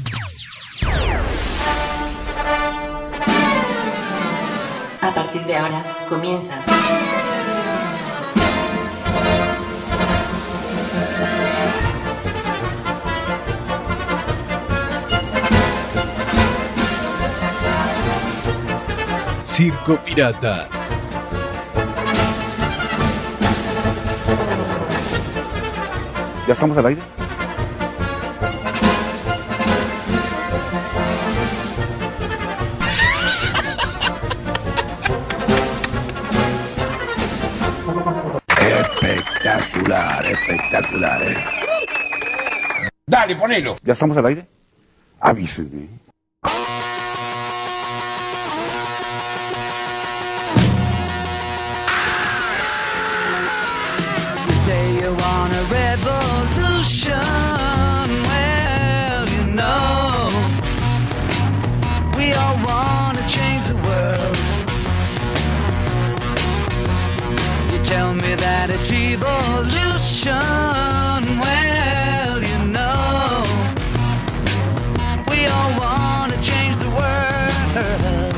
A partir de ahora, comienza. Circo Pirata. ¿Ya estamos al aire? Espectacular, espectacular. Dale, ponelo. ¿Ya estamos al aire? Avísenme. You say you want a revolution. Well, you know, we all want to change the world. You tell me that it's evolution. Well, you know, we all want to change the world.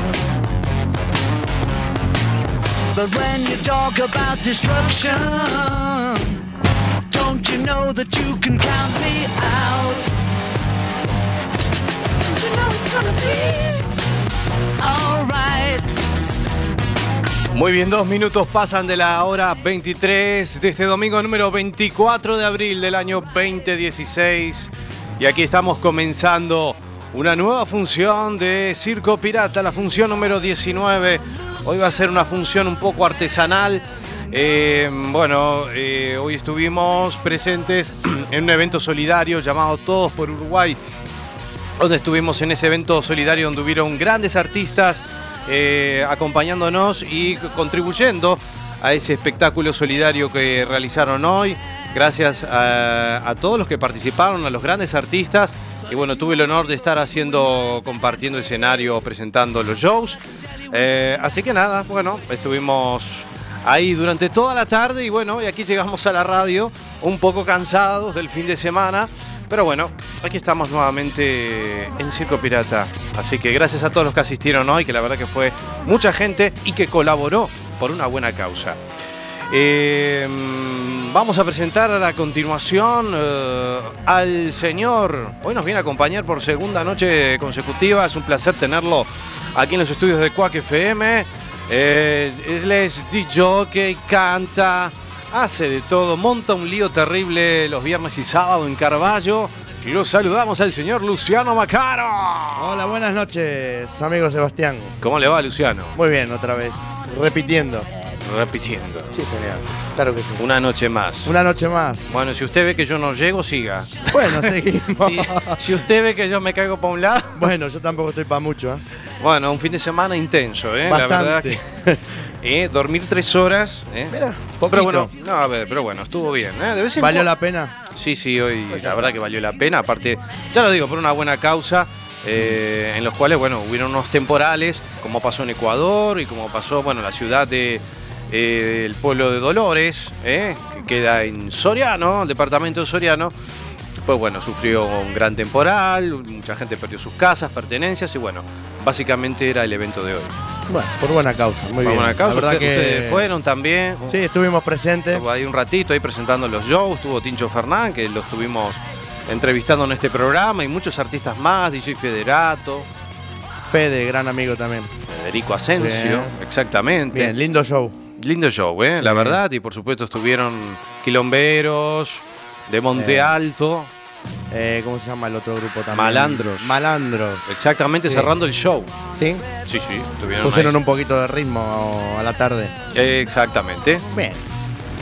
But when you talk about destruction, don't you know that you can count me out? You know it's gonna be alright. Muy bien, dos minutos pasan de la hora 23 de este domingo número 24 de abril del año 2016. Y aquí estamos comenzando una nueva función de Circo Pirata, la función número 19. Hoy va a ser una función un poco artesanal. Eh, bueno, eh, hoy estuvimos presentes en un evento solidario llamado Todos por Uruguay, donde estuvimos en ese evento solidario donde hubieron grandes artistas eh, acompañándonos y contribuyendo a ese espectáculo solidario que realizaron hoy. Gracias a, a todos los que participaron, a los grandes artistas. Y bueno, tuve el honor de estar haciendo, compartiendo escenario, presentando los shows. Eh, así que nada, bueno, estuvimos ahí durante toda la tarde y bueno, y aquí llegamos a la radio un poco cansados del fin de semana, pero bueno, aquí estamos nuevamente en Circo Pirata. Así que gracias a todos los que asistieron hoy, que la verdad que fue mucha gente y que colaboró por una buena causa. Eh, vamos a presentar a la continuación eh, al señor. Hoy nos viene a acompañar por segunda noche consecutiva. Es un placer tenerlo aquí en los estudios de Quack FM. Eh, él es DJ, canta, hace de todo, monta un lío terrible los viernes y sábado en Carballo. Y lo saludamos al señor Luciano Macaro. Hola, buenas noches, amigo Sebastián. ¿Cómo le va, Luciano? Muy bien, otra vez, repitiendo. Repitiendo. Sí, señor. Claro que sí. Una noche más. Una noche más. Bueno, si usted ve que yo no llego, siga. Bueno, seguimos. Si, si usted ve que yo me caigo para un lado, Bueno, yo tampoco estoy para mucho, ¿eh? bueno, un fin de semana intenso, ¿eh? La verdad Bastante. que. eh, dormir tres horas, ¿eh? Mira, Pero poquito. bueno, no, a ver, pero bueno, estuvo bien, ¿eh? De vez en ¿Valió cuando- la pena? Sí, sí, hoy la verdad que valió la pena. Aparte, ya lo digo, por una buena causa, eh, en los cuales, bueno, hubieron unos temporales, como pasó en Ecuador y como pasó, bueno, en la ciudad de eh, el pueblo de Dolores, ¿eh? que queda en Soriano, el departamento de Soriano. Pues bueno, sufrió un gran temporal, mucha gente perdió sus casas, pertenencias y bueno, básicamente era el evento de hoy. Bueno, por buena causa, muy bien. Vamos a la causa, la verdad usted- que ustedes fueron también. Sí, estuvimos presentes. Estuvo ahí un ratito ahí presentando los shows, estuvo Tincho Fernán, que lo estuvimos entrevistando en este programa, y muchos artistas más, DJ Federato, Fede, gran amigo también. Federico Asensio, Bien. exactamente. Bien, lindo show. Lindo show, ¿eh? la verdad, y por supuesto estuvieron Quilomberos, de Monte Eh. Alto, Eh, ¿Cómo se llama el otro grupo también? Malandros. Malandros. exactamente Sí. cerrando el show. ¿Sí? Sí, sí, estuvieron Pusieron ahí. un poquito de ritmo a la tarde. Exactamente. Bien.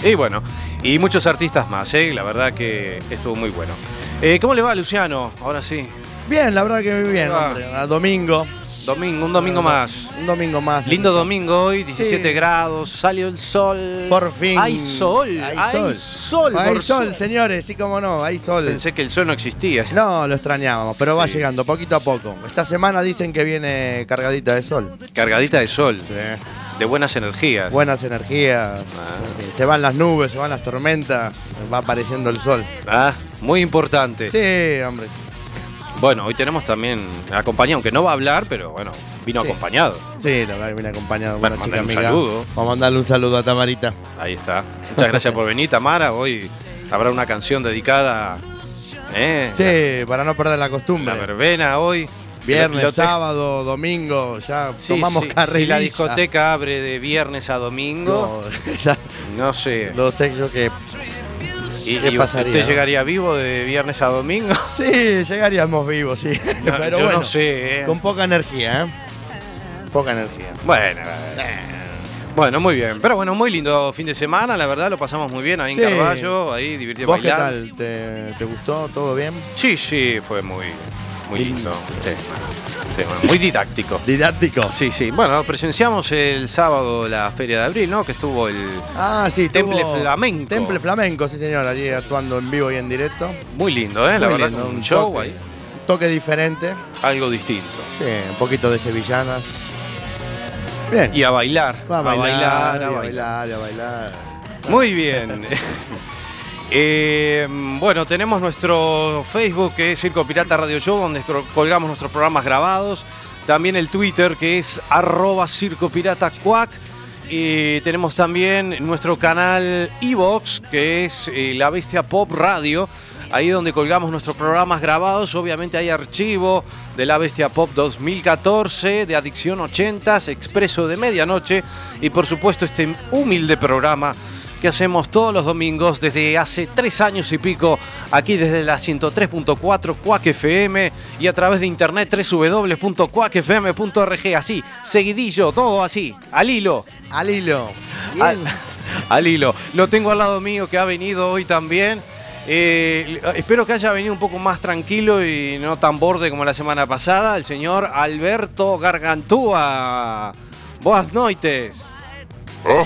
Y bueno, y muchos artistas más, ¿eh? la verdad que estuvo muy bueno. Eh, ¿Cómo le va, Luciano? Ahora sí. Bien, la verdad que muy bien. Ah. hombre. A domingo. Domingo, un domingo más. Un domingo más. Lindo domingo hoy, 17 Sí. grados, salió el sol. Por fin. Hay sol, hay, sol. Hay por sol, su- señores, sí, como no, hay sol. Pensé que el sol no existía. No, lo extrañábamos, pero va Sí. llegando poquito a poco. Esta semana dicen que viene cargadita de sol. Cargadita de sol, Sí. de buenas energías. Buenas energías. Ah. Sí, Se van las nubes, se van las tormentas, va apareciendo el sol. Ah, muy importante. Sí, hombre. Bueno, hoy tenemos también acompañado, aunque no va a hablar, pero bueno, vino Sí. acompañado. Sí, la verdad que viene acompañado de Bueno, una chica mandale un amiga. saludo. Vamos a mandarle un saludo a Tamarita. Ahí está. Muchas gracias por venir, Tamara. Hoy habrá una canción dedicada. ¿eh? Sí, para no perder la La costumbre. verbena hoy. Viernes, Los- sábado, domingo, ya Sí, tomamos sí, carril. Si la discoteca abre de viernes a domingo, No, ya, no, sé. no sé yo qué. ¿Y, ¿qué y pasaría, usted no? llegaría vivo de viernes a domingo? Sí, llegaríamos vivos, sí. No, Pero yo bueno, no sé. ¿eh? con poca energía, ¿eh? Poca energía. Bueno, eh, bueno, muy bien. Pero bueno, muy lindo fin de semana, la verdad, lo pasamos muy bien ahí en Sí. Carballo, ahí divirtiendo ¿Vos qué bailar. tal? ¿Te, te gustó? ¿Todo bien? Sí, sí, fue muy, muy lindo. Sí, sí, bueno, muy didáctico. Didáctico. Sí, sí. Bueno, presenciamos el sábado la Feria de Abril, ¿no? Que estuvo el Ah, sí, Temple tuvo- Flamenco. Temple Flamenco, sí señor, allí actuando en vivo y en directo. muy lindo, ¿eh? La Muy verdad, lindo, con un show toque- ahí. Un toque diferente. Algo distinto. Sí, un poquito de sevillanas. Bien. Y a bailar. Va a bailar, a y a bailar. bailar, y a bailar. Muy bien. Eh, bueno, tenemos nuestro Facebook que es Circo Pirata Radio Show, donde cro- colgamos nuestros programas grabados. También el Twitter que es arroba Circo Pirata Cuac. Y tenemos también nuestro canal Evox, que es eh, La Bestia Pop Radio, ahí donde colgamos nuestros programas grabados. Obviamente hay archivo de La Bestia Pop 2014, de Adicción 80s, Expreso de Medianoche y por supuesto este humilde programa que hacemos todos los domingos desde hace tres años y pico, aquí desde la 103.4 Quack FM y a través de internet www.quackfm.org, así, seguidillo, todo así, al hilo, Al hilo. al, al hilo. Lo tengo al lado mío que ha venido hoy también. Eh, espero que haya venido un poco más tranquilo y no tan borde como la semana pasada, el señor Alberto Gargantúa. Buenas noches.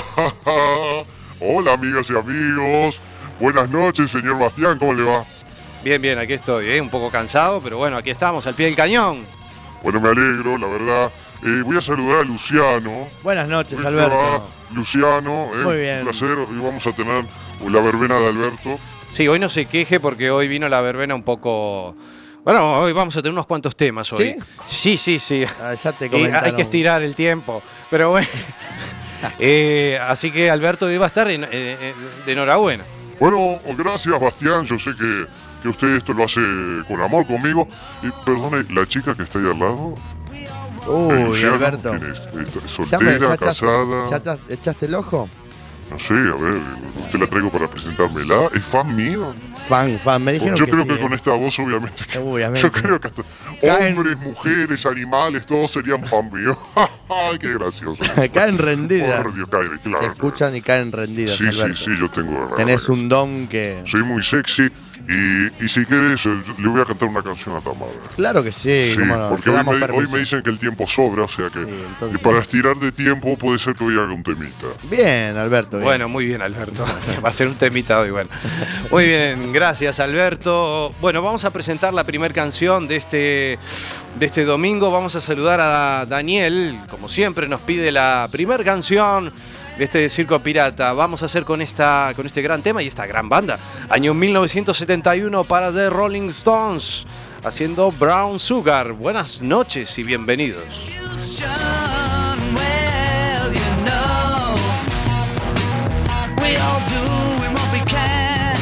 Hola amigas y amigos. Buenas noches, señor Bastián, ¿cómo le va? Bien, bien, aquí estoy, ¿eh? un poco cansado, pero bueno, aquí estamos, al pie del cañón. Bueno, me alegro, la verdad. Eh, voy a saludar a Luciano. Buenas noches, ¿Cómo le va? Oh. Alberto. Luciano, eh, Muy bien. un placer. Hoy vamos a tener la verbena de Alberto. Sí, hoy no se queje porque hoy vino la verbena un poco... Bueno, hoy vamos a tener unos cuantos temas hoy. Sí, sí, sí. Ah, ya te Y comentaron. hay que estirar el tiempo, pero bueno. Eh, así que Alberto hoy va a estar en- eh, eh, de enhorabuena. Bueno, gracias Bastián, yo sé que, que usted esto lo hace con amor conmigo. Y perdone, la chica que está ahí al lado. eh, Uy, Luciano, Alberto. ¿quién es? Eh, ¿Ya, me- ya soltera, echaste, casada. ya te- echaste el ojo? No sé, a ver, usted la traigo para presentármela. ¿Es fan mío? Fan, fan, me dijeron Yo que creo sí, que eh. con esta voz, obviamente. que- Obviamente. Yo creo que hasta Caen- hombres, mujeres, animales, todos serían fan mío. ¡Ay, qué gracioso! Caen rendidas. Por Dios, caen, claro. Te escuchan y caen rendidas, Sí, sí, Alberto. sí, yo tengo. Tenés un don que... Soy muy sexy y, y si quieres, eh, yo le voy a cantar una canción a Tamara. Claro que sí, Sí, cómo no, porque te hoy damos me, hoy permiso. me dicen que el tiempo sobra, o sea que Sí, entonces- y para estirar de tiempo puede ser que hoy haga un temita. Bien, Alberto. bien. Bueno, muy bien, Alberto. Va a ser un temita hoy, bueno. Muy bien, gracias, Alberto. Bueno, vamos a presentar la primera canción de este, de este domingo. Vamos a saludar a Daniel, como siempre nos pide la primera canción de este Circo Pirata. Vamos a hacer con, esta, con este gran tema y esta gran banda. Año 1971 para The Rolling Stones, haciendo Brown Sugar. Buenas noches y bienvenidos. Well, you know, we all do what we can.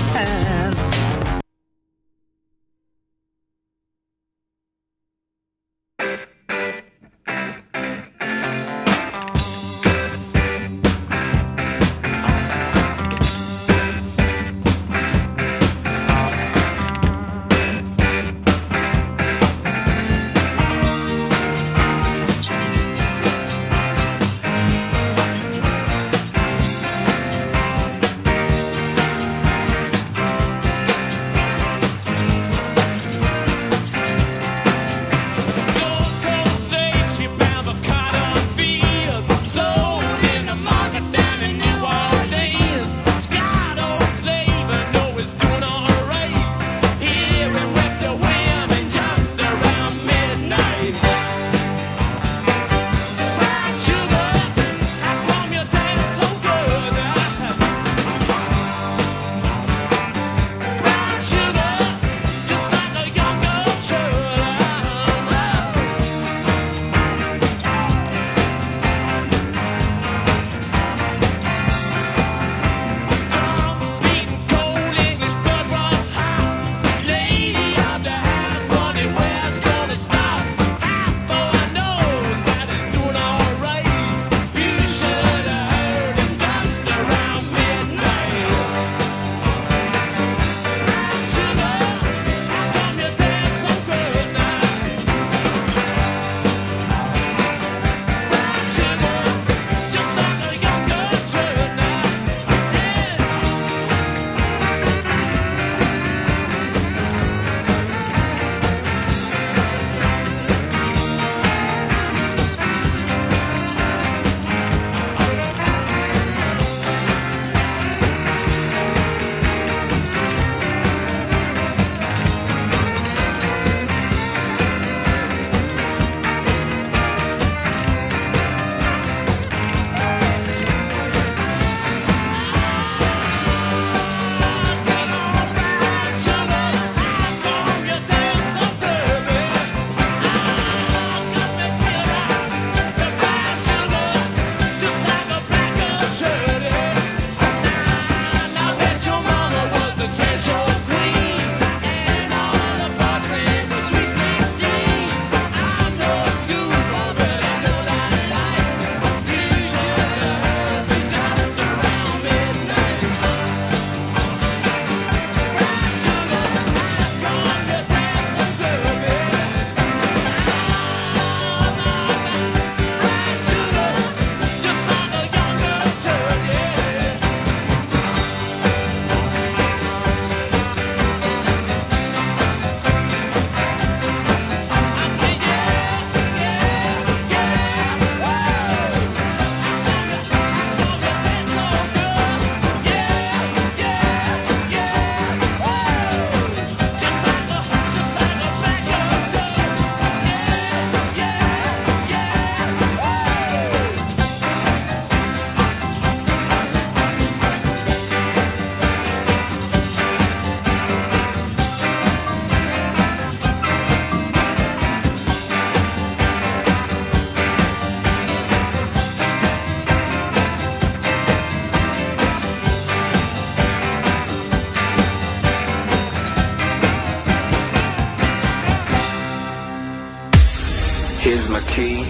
Here's my key,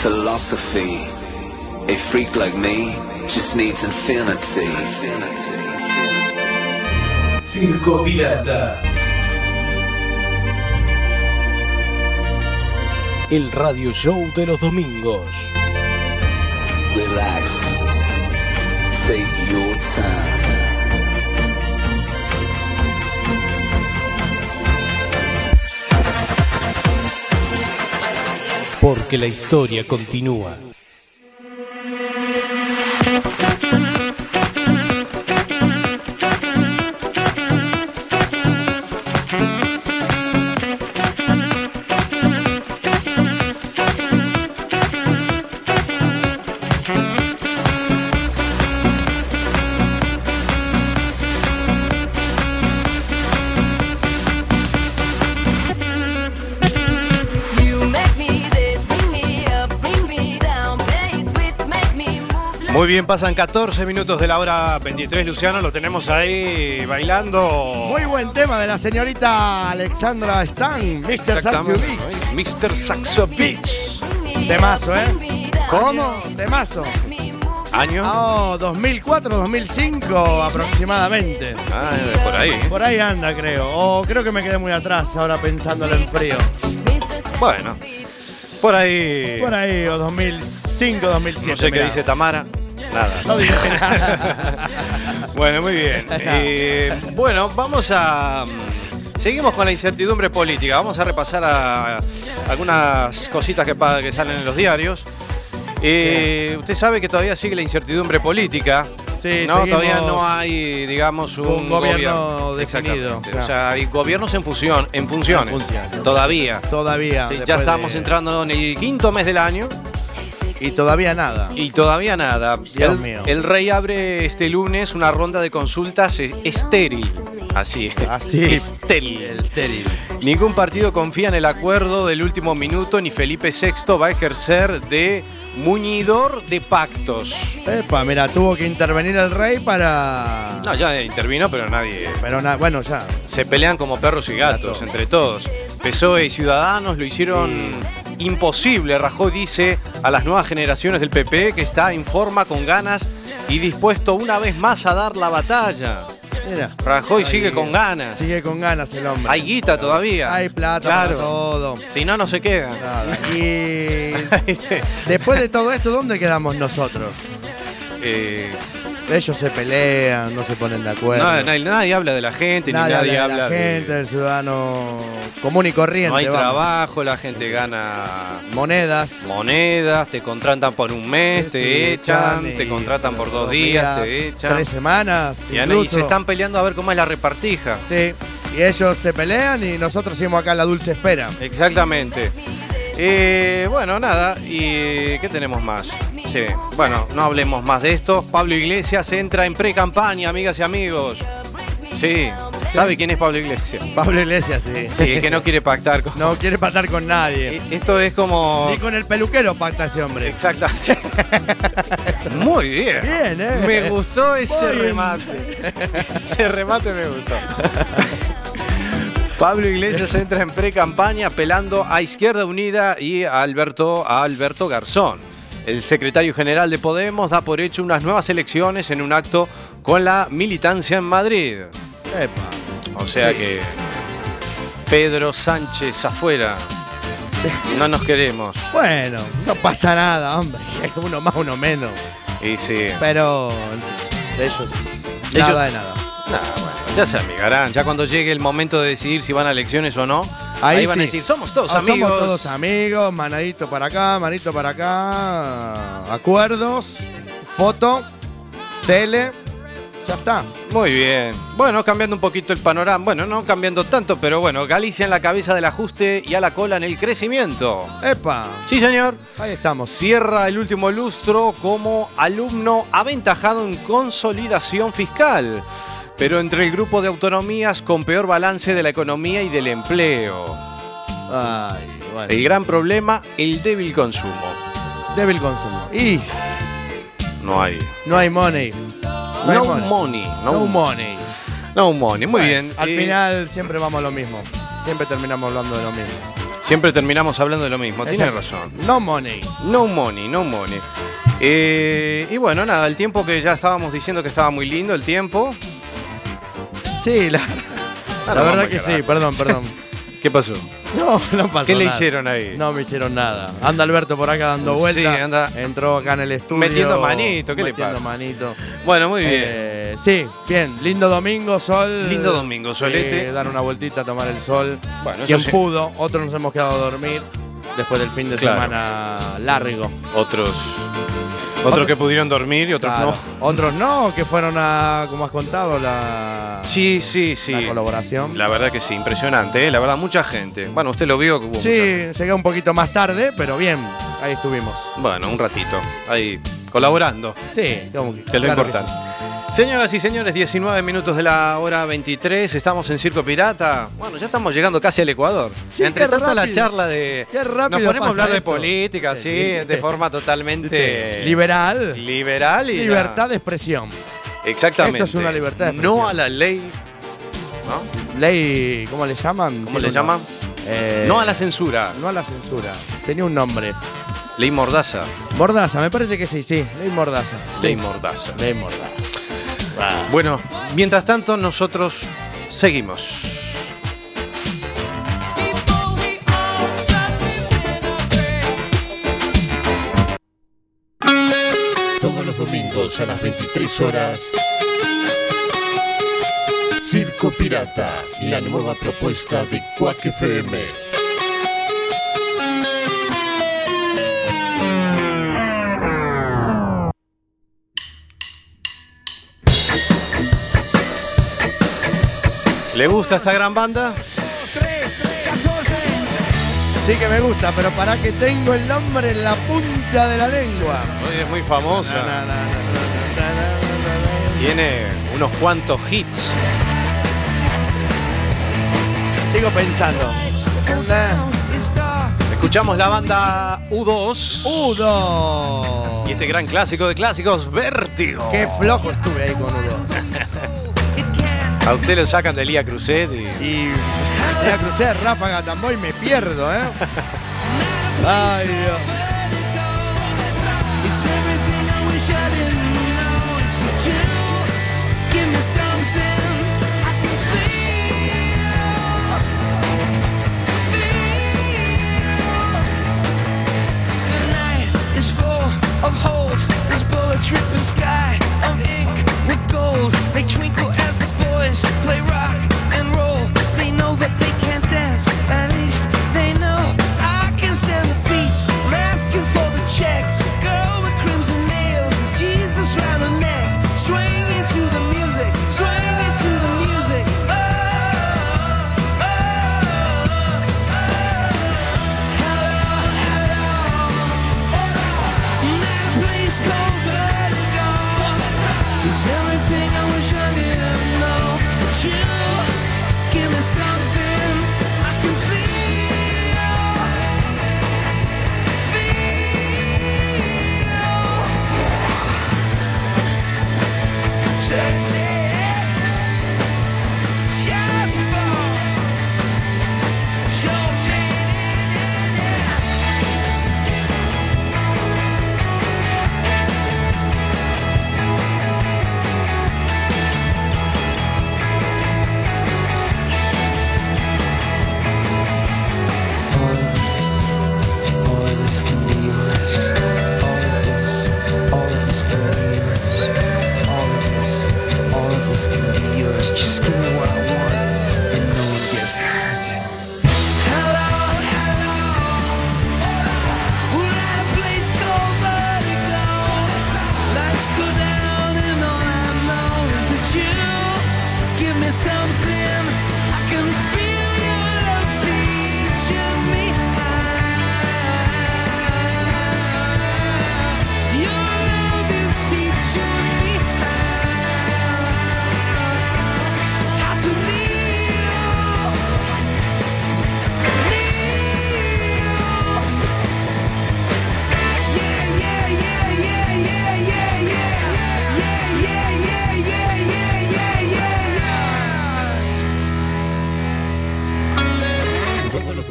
philosophy. A freak like me just needs infinity. Circo Pirata. El radio show de los domingos. Relax. Take your time. Porque la historia continúa. Muy bien, pasan 14 minutos de la hora 23, Luciano, lo tenemos ahí bailando. Muy buen tema de la señorita Alexandra Stan, Mr. Saxo Beach. Mr. Saxo Beach. Temazo, ¿eh? ¿Cómo? Temazo. Año. Ah, Oh, 2004, 2005 aproximadamente. Ah, por ahí. Por ahí anda, creo. O creo que me quedé muy atrás ahora pensándolo en frío. Bueno. Por ahí. Por ahí, o 2005, 2007. No sé qué mirá. dice Tamara. Nada. No dice nada. Bueno, muy bien. Eh, bueno, vamos a. Seguimos con la incertidumbre política. Vamos a repasar a- algunas cositas que, pa- que salen en los diarios. Eh, usted sabe que todavía sigue la incertidumbre política. Sí, no, seguimos todavía no hay, digamos, un, un gobierno definido. Exactamente. O Claro. sea, hay gobiernos en fusión, en funciones. En funciones. Todavía. Todavía. Sí, ya después estamos de- entrando en el quinto mes del año. Y todavía nada. Y todavía nada. el, mío. el rey abre este lunes una ronda de consultas e- estéril. Así, Así. estéril. El Terry. Ningún partido confía en el acuerdo del último minuto, ni Felipe VI va a ejercer de muñidor de pactos. Epa, mira, tuvo que intervenir el rey para. No, ya intervino, pero nadie. Pero na- bueno, ya. Se pelean como perros y gatos Gato. entre todos. PSOE E y Ciudadanos lo hicieron imposible. Rajoy dice a las nuevas generaciones del PP que está en forma, con ganas y dispuesto una vez más a dar la batalla. Mira. Rajoy Ahí. sigue con ganas. Sigue con ganas el hombre. Hay guita todavía. Hay plata claro. para todo. Si no, no se Este, queda. Nada. Y después de todo esto, ¿dónde quedamos nosotros? Eh, Ellos se pelean, no se ponen de acuerdo. nada- nadie, nadie habla de la gente, Nadie ni nadie habla de habla la de- gente, del ciudadano común y corriente. No hay vamos. trabajo, la gente gana Monedas. monedas, te contratan por un mes, te Sí, echan, y Este, eh, te contratan por dos días, te echan. Tres semanas. Y, ahí incluso. se están peleando a ver cómo es la repartija. Sí. Y ellos se pelean y nosotros seguimos acá en la dulce espera. Exactamente. Eh, bueno, nada, ¿y eh, qué tenemos más? Sí, bueno, no hablemos más de esto. Pablo Iglesias entra en pre-campaña, amigas y amigos. Sí, ¿sabe quién es Pablo Iglesias? Pablo Iglesias, sí. Sí, es que no quiere pactar con... No quiere patar con nadie. Eh, Esto es como... Ni con el peluquero pacta ese hombre. Exacta. sí. Muy bien. Bien, ¿eh? Me gustó ese Muy bien. remate. Ese remate me gustó. Pablo Iglesias entra en pre-campaña apelando a Izquierda Unida y a Alberto, a Alberto Garzón. El secretario general de Podemos da por hecho unas nuevas elecciones en un acto con la militancia en Madrid. Epa. O sea Sí. que Pedro Sánchez afuera. Sí. No nos queremos. Bueno, no pasa nada, hombre. Uno más, uno menos. Y sí. Pero de ellos, De ellos- nada de nada. Nah, bueno, ya se amigarán. Ya cuando llegue el momento de decidir si van a elecciones o no, ahí, Ahí van a sí. decir, somos todos Ah, amigos. Somos todos amigos, manadito para acá, manito para acá. Acuerdos, foto, tele. Ya está. Muy bien. Bueno, cambiando un poquito el panorama. Bueno, no cambiando tanto, pero bueno, Galicia en la cabeza del ajuste y a la cola en el crecimiento. Epa, Sí, señor. ahí estamos. Cierra el último lustro como alumno aventajado en consolidación fiscal, pero entre el grupo de autonomías con peor balance de la economía y del empleo. Ay, bueno. El gran problema, el débil consumo. Débil consumo. Y No hay. no hay money. hay No money. No, money. No money. Muy Bueno, bien. Al Eh, final siempre vamos a lo mismo. Siempre terminamos hablando de lo mismo. Siempre terminamos hablando de lo mismo. Tienes Exacto. razón. No money. No money, no money. Eh, y bueno, nada, el tiempo que ya estábamos diciendo que estaba muy lindo, el tiempo. Sí, la, Ah, la no, vamos verdad a que quedar. sí, perdón, perdón. ¿Qué pasó? No, no pasó ¿Qué le nada. hicieron ahí? No me hicieron nada. Anda Alberto por acá dando Sí, vueltas. anda. Entró acá en el estudio. Metiendo manito, ¿qué le pasa? Metiendo manito. Bueno, muy bien. Eh, sí, bien. Lindo domingo, sol. Lindo domingo, solete. Eh, dar una vueltita, tomar el sol. Bueno, eso Quien sí. pudo, otros nos hemos quedado a dormir después del fin de Claro. semana largo. Otros. Otros que pudieron dormir y otros Claro. no. Otros no, que fueron a, como has contado, la, Sí, sí, sí. la colaboración. La verdad que sí, impresionante, ¿eh? la verdad, mucha gente. Bueno, usted lo vio que hubo mucha gente. sí, llegué un poquito más tarde, pero bien, ahí estuvimos. Bueno, un ratito, ahí, colaborando, Sí, como que es lo claro importante. Señoras y señores, 19 minutos de la hora 23, estamos en Circo Pirata. Bueno, ya estamos llegando casi al Ecuador. Sí, Entre qué tanta la rápido. charla de... Qué rápido Nos ponemos a pasa hablar de esto. política, sí, Sí. de forma Viste, totalmente... Liberal. Eh, Liberal y... ya- libertad de expresión. Exactamente. Esto es una libertad de No expresión. a la ley... ¿no? Ley, ¿cómo le llaman? ¿Cómo Tiene le un llaman? nombre. Eh, No a la censura. no a la censura. Tenía un nombre. Ley Mordaza. Mordaza, me parece que sí, sí. Ley Mordaza. Sí. Ley Mordaza. Ley Mordaza. Bueno, mientras tanto nosotros seguimos. Todos los domingos a las 23 horas. Circo Pirata, la nueva propuesta de Quack FM. ¿Le gusta esta gran banda? Sí que me gusta, pero para que tengo el nombre en la punta de la lengua. Hoy es muy famosa. Na, na, na, na, na, na, na, na. Tiene unos cuantos hits. Sigo pensando. Na. Escuchamos la banda U2 Udo. y este gran clásico de clásicos, Vértigo. Qué flojo estuve ahí con Udo. A usted lo sacan de Lía Cruzet y Y la crucé de ráfaga tambo y me pierdo, ¿eh? Ay, Dios. Tripping sky of ink with gold. They twinkle as the boys play rock and roll. They know that they can't dance. At least they know I can stand the beats. I'm asking for the check. Girl with crimson nails is Jesus round her neck. Swing into the music. Swing into the music. Oh, oh, oh. Hello, hello. That place called Vertigo is everything I wish I didn't know. But you give me something I can feel, feel. Just just for your minute. Just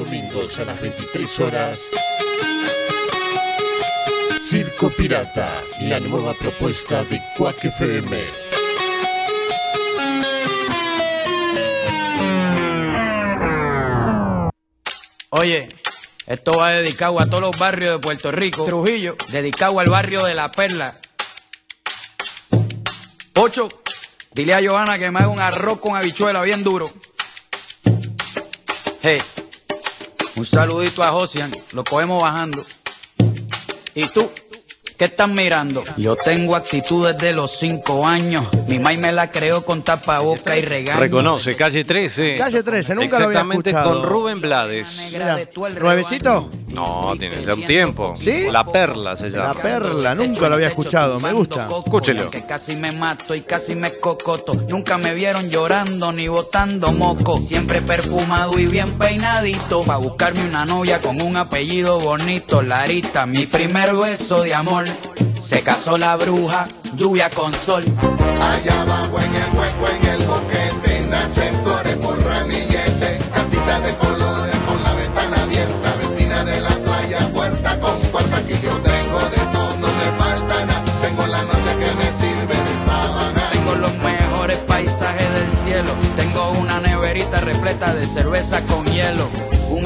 23 horas. Circo Pirata, la nueva propuesta de Quack FM. Oye, esto va dedicado a todos los barrios de Puerto Rico. Trujillo. Dedicado al barrio de La Perla. Ocho, dile a Johanna que me haga un arroz con habichuela bien duro. Hey, un saludito a Josian, lo cogemos bajando. ¿Y tú? ¿Qué estás mirando? Yo tengo actitud desde los cinco años. Mi mai me la creó con tapaboca y regaño. Reconoce, calle 13. Calle 13, nunca lo había Exactamente escuchado. con Rubén Blades. Mira, ¿Nuevecito? No, tiene ya un tiempo. ¿Sí? La perla se llama. La perla, nunca lo había escuchado, me gusta. Escúchelo. Que casi me mato y casi me cocoto. Nunca me vieron llorando ni botando moco. Siempre perfumado y bien peinadito. Pa' buscarme una novia con un apellido bonito. Larita, mi primer beso de amor. Se casó la bruja, lluvia con sol. Allá abajo en el hueco, en el boquete, nacen flores por ramillete, casita de colores con la ventana abierta, vecina de la playa, puerta con puerta, que yo tengo de todo, no me falta nada, tengo la noche que me sirve de sábana. Tengo los mejores paisajes del cielo. Tengo una neverita repleta de cerveza con hielo. Un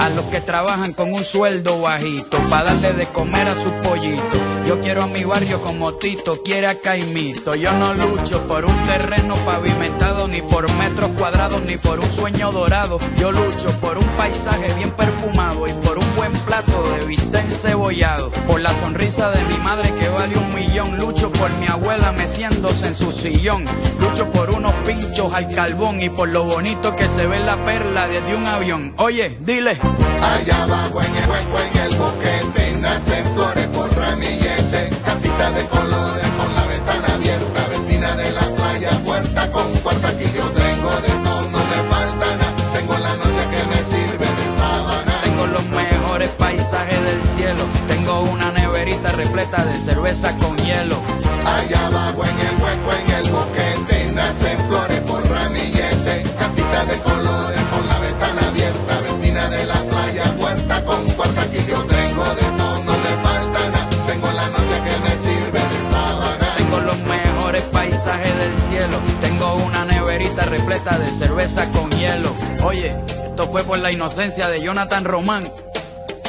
a los que trabajan con un sueldo bajito, para darle de comer a sus pollitos. Yo quiero a mi barrio como Tito, quiere a Caimito. Yo no lucho por un terreno pavimentado, ni por metros cuadrados, ni por un sueño dorado. Yo lucho por un paisaje bien perfumado y por un buen plato de bistec encebollado. Por la sonrisa de mi madre que vale un millón. Lucho por mi abuela meciéndose en su sillón. Lucho por unos pinchos al carbón y por lo bonito que se ve la perla desde un avión. Oye, dile. Allá abajo en el hueco, en el boquete, nacen flores por ramillete, casita de colores con la ventana abierta, vecina de la playa, puerta con puerta, aquí yo tengo de todo, no me falta nada, tengo la noche que me sirve de sábana. Tengo los mejores paisajes del cielo. Tengo una neverita repleta de cerveza con hielo. Allá abajo en el hueco, en el boquete, nacen flores por ramillete, casita de colores con la ventana abierta, vecina de la playa, puerta con puerta, aquí yo tengo de todo, no me falta nada, tengo la noche que me sirve de sábana. Tengo los mejores paisajes del cielo. Tengo una neverita repleta de cerveza con hielo. Oye, esto fue por la inocencia de Jonathan Román.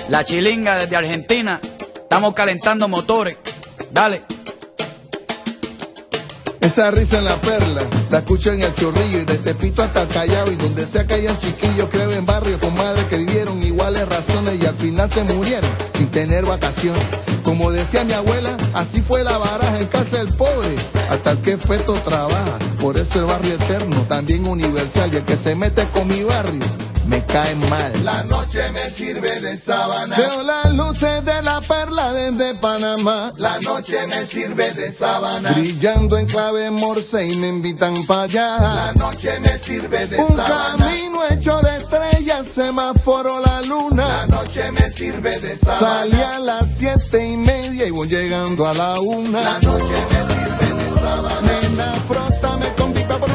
La chilinga desde Argentina. Estamos calentando motores. Dale. Esa risa en la perla, la escucho en el chorrillo y de Tepito hasta Callao y donde sea que hayan chiquillos, creo en barrio con madres que vivieron iguales razones y al final se murieron sin tener vacaciones. Como decía mi abuela, así fue la baraja en casa del pobre, hasta el que feto trabaja, por eso el barrio eterno, también universal y el que se mete con mi barrio, me cae mal. La noche me sirve de sábana. Veo las luces de la perla desde Panamá. La noche me sirve de sábana. Brillando en clave morse y me invitan para allá. La noche me sirve de Un sábana. camino hecho de estrellas, semáforo la luna. La noche me sirve de Salí sábana. a las siete y media y voy llegando a la una. La noche me sirve de sábana. Nena, frótame con mi papá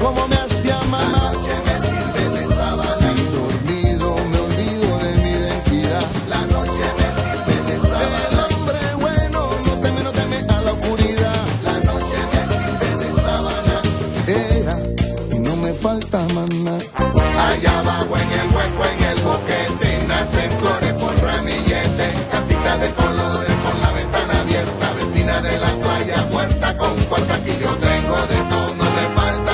como me hacía mamá. La noche me sirve de sábana. Y dormido me olvido de mi identidad. La noche me sirve de El sábana. hombre bueno no teme, no teme a la oscuridad. La noche me sirve de sábana. Ella, y no me falta más nada. Allá abajo en el hueco, en el boquete, nacen flores por ramillete, casita de colores con la ventana abierta, vecina de la playa, puerta con puerta, aquí yo tengo de todo, no me falta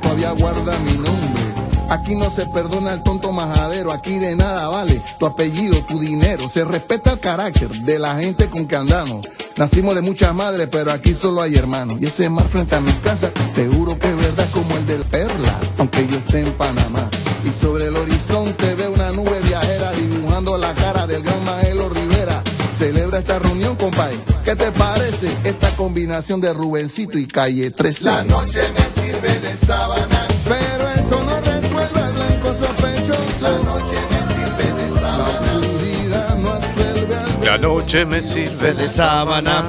tuya guarda mi nombre. Aquí no se perdona el tonto majadero, aquí de nada vale tu apellido, tu dinero. Se respeta el carácter de la gente con que andamos. Nacimos de muchas madres, pero aquí solo hay hermanos. Y ese mar frente a mi casa, te juro que es verdad como el del Perla, aunque yo esté en Panamá. Y sobre el horizonte veo una nube viajera dibujando la cara del gran Maelo Rivera. Celebra esta reunión, compadre. ¿Qué te parece esta combinación de Rubencito y Calle 13? La noche me sirve de sábana. Pero eso no resuelve al blanco sospechoso. La noche me sirve de sábana. La noche me sirve de sábana.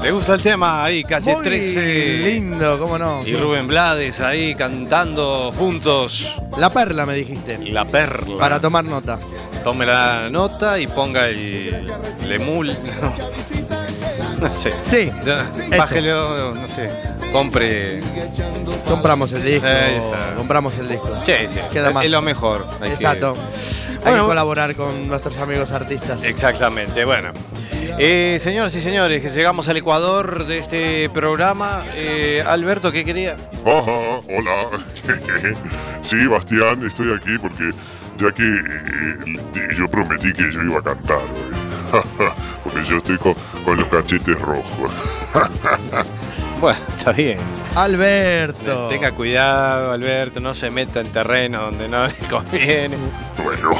¿Te gusta el tema ahí, calle Muy 13? lindo, cómo no. Y Rubén Blades ahí cantando juntos. La perla me dijiste. La perla. Para tomar nota. Tome la nota y ponga el lemul. No, no sé. Sí. Ya, ese. Bájele, o- no sé. Compre. Compramos el disco. Ahí está. Compramos el disco. Sí, sí. Queda Es- más. Es lo mejor. Hay que- Exacto. Hay Bueno. que colaborar con nuestros amigos artistas. Exactamente, bueno. Eh, señoras y señores, que llegamos al Ecuador de este programa. Eh, Alberto, ¿qué quería? Ajá, hola. sí, Bastián, estoy aquí porque ya que eh, yo prometí que yo iba a cantar, hoy. porque yo estoy con, con los cachetes rojos. Bueno, está bien. Alberto. Tenga cuidado, Alberto, no se meta en terreno donde no le conviene. Bueno,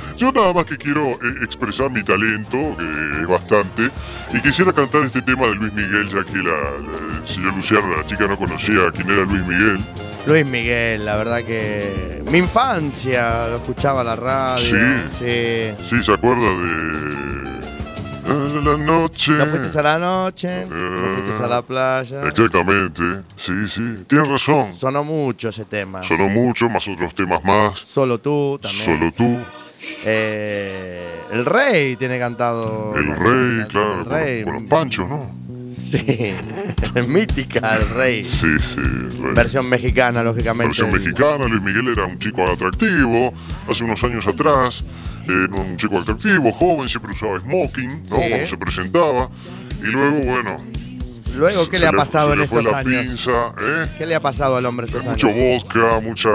yo nada más que quiero eh, expresar mi talento, que es bastante, y quisiera cantar este tema de Luis Miguel, ya que la, la- el señor Luciano, la chica no conocía quién era Luis Miguel. Luis Miguel, la verdad que. Mi infancia, lo escuchaba la radio. Sí. Sí. Sí, se acuerda de... La noche. No fuiste a la noche, no fuiste a la playa. Exactamente, sí, sí, tienes razón. Sonó mucho ese tema. Sonó mucho, más otros temas más. Solo tú también. Solo tú, Eh, el rey tiene cantado. el rey, claro, El con- rey. con los panchos, ¿no? Sí. Es mítica el rey. Sí, sí, el rey. Versión mexicana, lógicamente. Versión mexicana, Luis Miguel era un chico atractivo, hace unos años atrás, era un chico atractivo, joven, siempre usaba smoking, ¿no? Sí. Cuando se presentaba, y luego, bueno, Luego, ¿qué Se le ha le- pasado se en le fue estos la años? pinza, ¿eh? ¿Qué le ha pasado al hombre estos mucho años? vodka, mucha...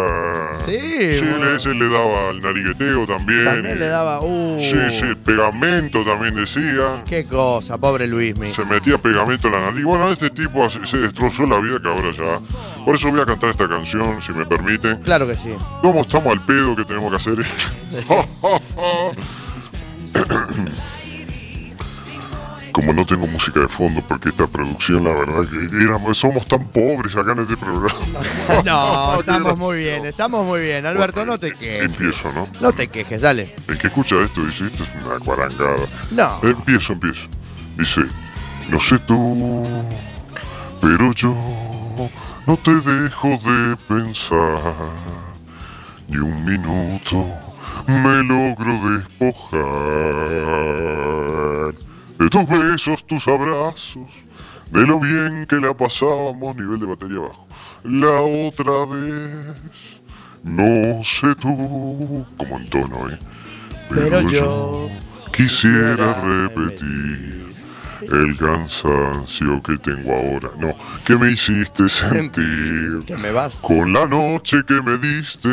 Sí, bueno. le- ese le daba al narigueteo también. También le daba. Uh, Sí, sí, pegamento también decía. Qué cosa, pobre Luismi. Se metía pegamento en la nariz. Bueno, este tipo hace- se destrozó la vida que ahora ya. Por eso voy a cantar esta canción, si me permiten. Claro que sí. ¿Cómo estamos al pedo que tenemos que hacer? Como no tengo música de fondo, porque esta producción, la verdad, que éramos- somos tan pobres acá en este programa. No, estamos muy bien, estamos muy bien. Alberto, no te quejes. Empiezo, ¿no? No te quejes, dale. El que escucha esto dice, esto es una cuarangada. No. Eh, Empiezo, empiezo. Dice, no sé tú, pero yo no te dejo de pensar. Ni un minuto me logro despojar. De tus besos, tus abrazos, de lo bien que la pasábamos, nivel de batería bajo. La otra vez, no sé tú, como en tono, ¿eh? Pero yo Quisiera repetir el cansancio que tengo ahora. No, que me hiciste sentir. que me vas. Con la noche que me diste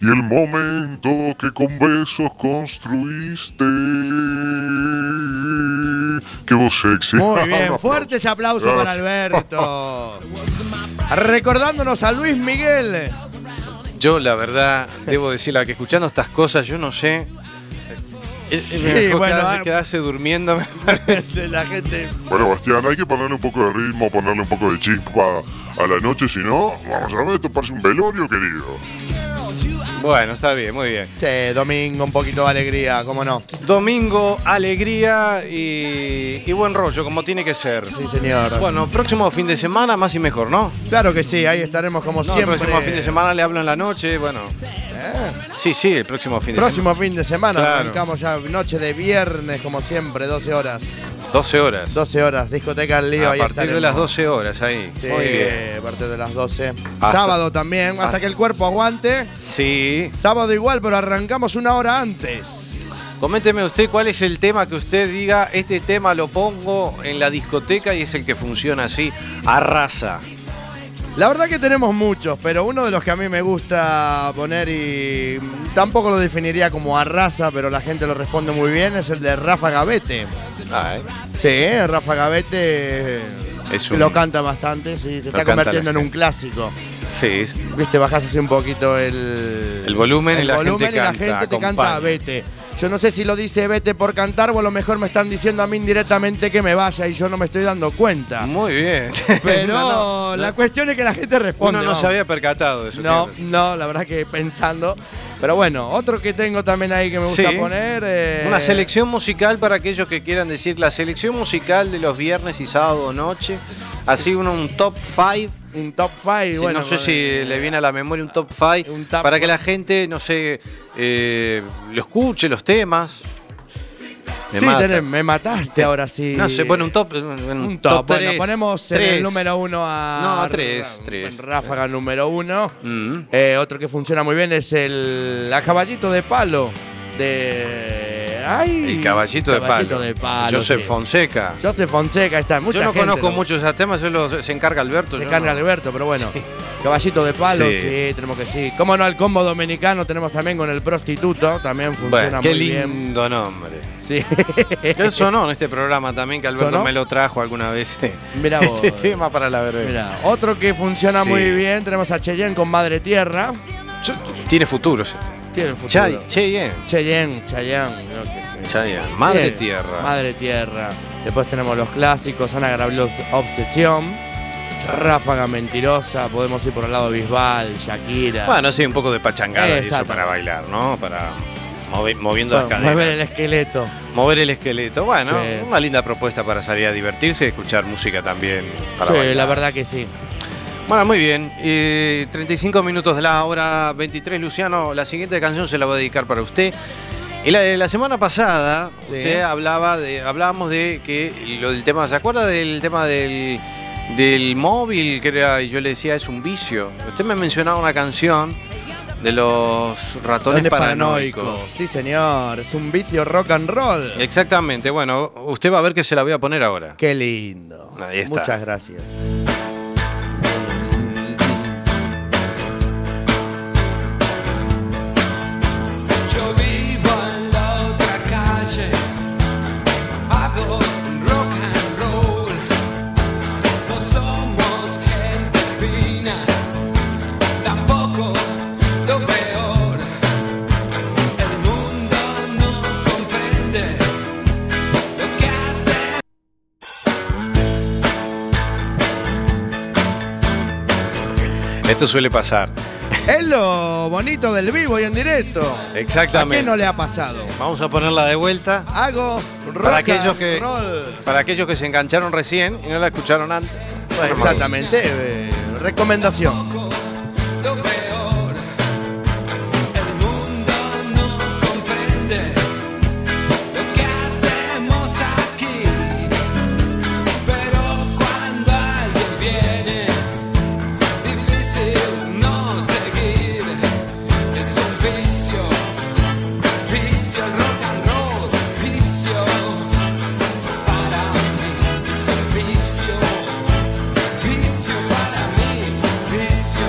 y el momento que con besos construiste. Que vos sexy. Muy bien, fuertes aplausos para Alberto. Recordándonos a Luis Eh, Miguel. Yo, la verdad, debo decir la que escuchando estas cosas, yo no sé. Sí, Sí, mejor bueno, quedarse, ah. quedarse durmiendo, me parece. La gente. Bueno, Bastián, hay que ponerle un poco de ritmo, ponerle un poco de chispa a la noche, si no, vamos a ver, esto parece un velorio, querido. Bueno, está bien, muy bien. Che, domingo, un poquito de alegría, cómo no. Domingo, alegría y, y buen rollo, como tiene que ser. Sí, señor. Bueno, próximo fin de semana, más y mejor, ¿no? Claro que sí, ahí estaremos como No, siempre. Eh. el próximo fin de semana le hablo en la noche, bueno. Sí, sí, el próximo fin de Próximo fin de semana, Claro. arrancamos ya noche de viernes, como siempre, 12 horas. semana. 12 horas. 12 horas, discoteca al lío. a ahí partir de estaremos. las 12 horas ahí. Sí, Muy bien. a partir de las 12. Hasta- Sábado también, hasta, hasta- que el cuerpo aguante. Sí. Sábado igual, pero arrancamos una hora antes. Coménteme usted cuál es el tema que usted diga, este tema lo pongo en la discoteca y es el que funciona así, arrasa. La verdad que tenemos muchos, pero uno de los que a mí me gusta poner y tampoco lo definiría como a raza, pero la gente lo responde muy bien, es el de Rafa Gavete. Ah, ¿eh? Sí, Rafa Gavete Es que un- lo canta bastante, sí, se lo está canta la convirtiendo en un gente. clásico. Sí. Viste, bajás así un poquito el, El volumen y la gente volumen y la canta, gente te canta acompaña. vete. Yo no sé si lo dice vete por cantar o a lo mejor me están diciendo a mí indirectamente que me vaya y yo no me estoy dando cuenta. Muy bien. Pero No, no, la no. cuestión es que la gente responde. Uno no vamos. se había percatado de eso. No, tiene no, la verdad que pensando. Pero bueno, otro que tengo también ahí que me gusta Sí. poner. eh, Una selección musical para aquellos que quieran decir la selección musical de los viernes y sábado noche. Así uno, un top 5. Un top 5, Sí, bueno. no sé si le viene a la memoria un top 5 para que la gente, no sé, eh, lo escuche, los temas. Me sí, mata. tenés- me mataste ahora sí. No sé, bueno, un top. Un, Un top. bueno, tres. ponemos en el Tres. número uno a. No, tres, tres. Mm. Ráfaga número uno. Eh, otro que funciona muy bien es el. A caballito de palo. De. Ay. El caballito, Caballito de palo. palo, Joseph sí. Fonseca. Joseph Fonseca, ahí está. Mucha yo no gente conozco lo- muchos esos temas, solo se encarga Alberto. Se yo carga no. Alberto, pero bueno. Caballito de palo, sí. Sí. tenemos que sí. Cómo no, al combo dominicano tenemos también con el prostituto, también funciona Bueno, qué muy bien. lindo nombre. Sí. Él sonó en este programa también, que Alberto ¿Sonó? me lo trajo alguna vez. Mirá vos. Este tema para la verbena. Mirá, otro que funciona Sí. muy bien, tenemos a Cheyenne con Madre Tierra. Tiene futuro. ese. Tiene futuro. Chay- Cheyenne. Cheyenne, Cheyenne, creo que sí. Cheyenne, Madre Bien, Tierra. Madre Tierra. Después tenemos los clásicos, Ana Gravlos, Obsesión, Ráfaga Mentirosa, podemos ir por el lado de Bisbal, Shakira. Bueno, sí, un poco de pachangada y eso Exacto. para bailar, ¿no? Para movi- moviendo Bueno, las mover cadenas. el esqueleto. Mover el esqueleto. Bueno, Sí. una linda propuesta para salir a divertirse y escuchar música también para Sí, bailar. la verdad que sí. Bueno, muy bien. Eh, 35 minutos de la hora 23, Luciano. La siguiente canción se la voy a dedicar para usted. Y la, la semana pasada Sí. usted hablaba de, hablábamos de que lo del tema, ¿se acuerda del tema del, del móvil que era? Y yo le decía, es un vicio. Usted me mencionaba una canción de los ratones Dones paranoicos. Eh. Sí, señor. Es un vicio rock and roll. Exactamente, bueno, usted va a ver que se la voy a poner ahora. Qué lindo. Ahí está. Muchas gracias. Yo vivo en la otra calle, hago rock and roll. No somos gente fina, tampoco lo peor. El mundo no comprende lo que hace. Esto suele pasar. Es lo bonito del vivo y en directo. ¿A Exactamente. qué no le ha pasado? Vamos a ponerla de vuelta. Hago rock Para aquellos and que, roll. para aquellos que se engancharon recién y no la escucharon antes. Pues exactamente. eh, recomendación. comprende lo que hacemos aquí. Pero cuando alguien viene, difícil no seguir. Es un vicio, vicio el rock and roll, vicio para mí, es un vicio, vicio para mí, vicio.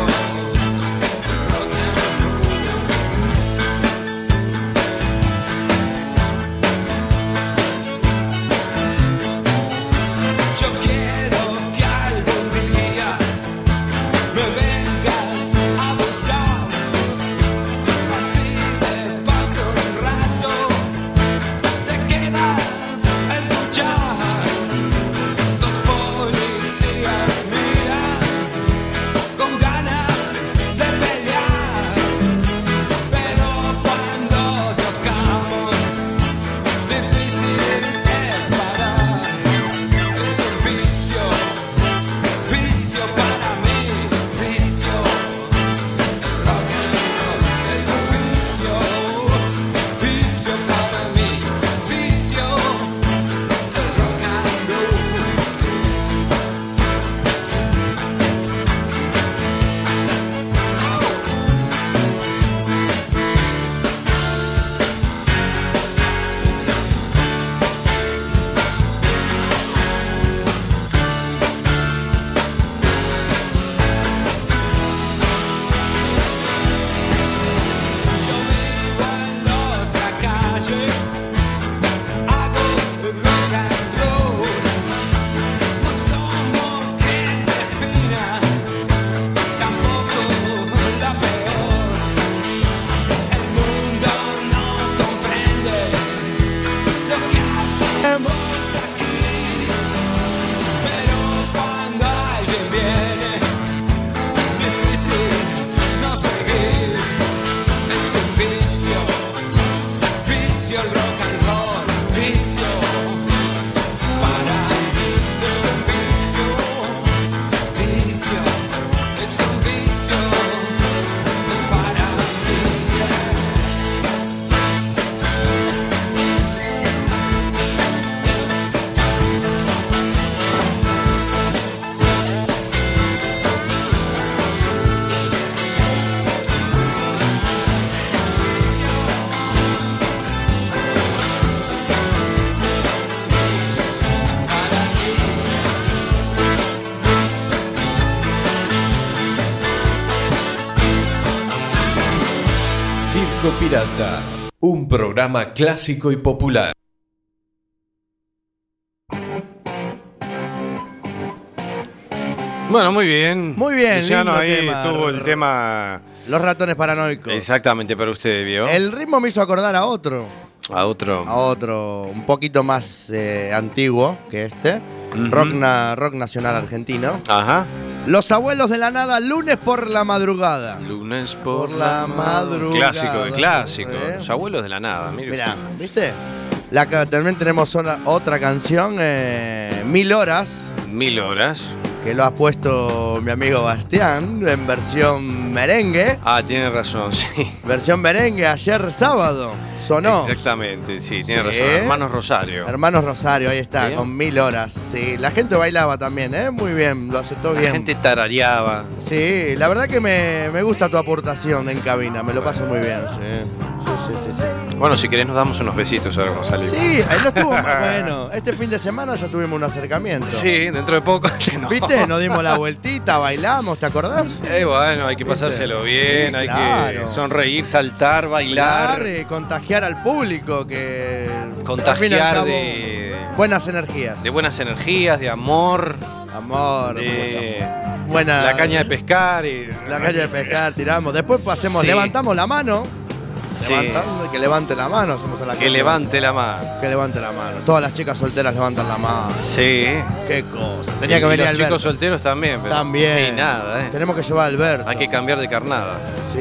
Circo Pirata, un programa clásico y popular. Bueno, muy bien. Muy bien, Luciano lindo ahí tema. tuvo el tema. Los ratones paranoicos. Exactamente, pero usted vio. El ritmo me hizo acordar a otro, A otro. a otro un poquito más eh, antiguo que este, rock, na- rock nacional argentino. Ajá. Los abuelos de la nada, lunes por la madrugada. Lunes por, Por la madrugada. Clásico de clásico. ¿Eh? Los abuelos de la nada, mire. Mirá, ¿viste? La, ca- también tenemos una- otra canción, eh, Mil Horas, Mil horas. que lo ha puesto mi amigo Bastián en versión merengue. Ah, tiene razón, sí. Versión merengue ayer sábado, sonó. Exactamente, sí, tiene Sí. ¿eh? razón. Hermanos Rosario. Hermanos Rosario, ahí está, Bien. con mil horas. Sí, la gente bailaba también, ¿eh? Muy bien, lo aceptó La bien. gente tarareaba. Sí, la verdad que me, me gusta tu aportación en cabina, me lo paso muy bien. Sí, sí, sí. sí, sí. Bueno, si querés nos damos unos besitos ahora cuando salimos. Sí, ahí no estuvo más bueno. Este fin de semana ya tuvimos un acercamiento. Sí, dentro de poco. No. ¿Viste? Nos dimos la vueltita, bailamos, ¿te acordás? Eh, bueno, hay que pasárselo bien, Sí, hay que claro. sonreír, saltar, bailar, Bailar, eh, contagiar al público, que. al fin y al contagiar cabo, de, Buenas energías. de buenas energías, de amor. Amor, de Buena- eh, la caña de pescar. Y, La calle de pescar, tiramos. Después pasemos, Sí. levantamos la mano. Sí. Levantando, que levante la mano, hacemos a la Que calle. levante la mano. Que levante la mano. Todas las chicas solteras levantan la mano. Sí. Qué cosa. Tenía que Y venir los Alberto. chicos solteros también. Pero También. Ni nada, ¿eh? Tenemos que llevar a Alberto. Hay que cambiar de carnada. Sí.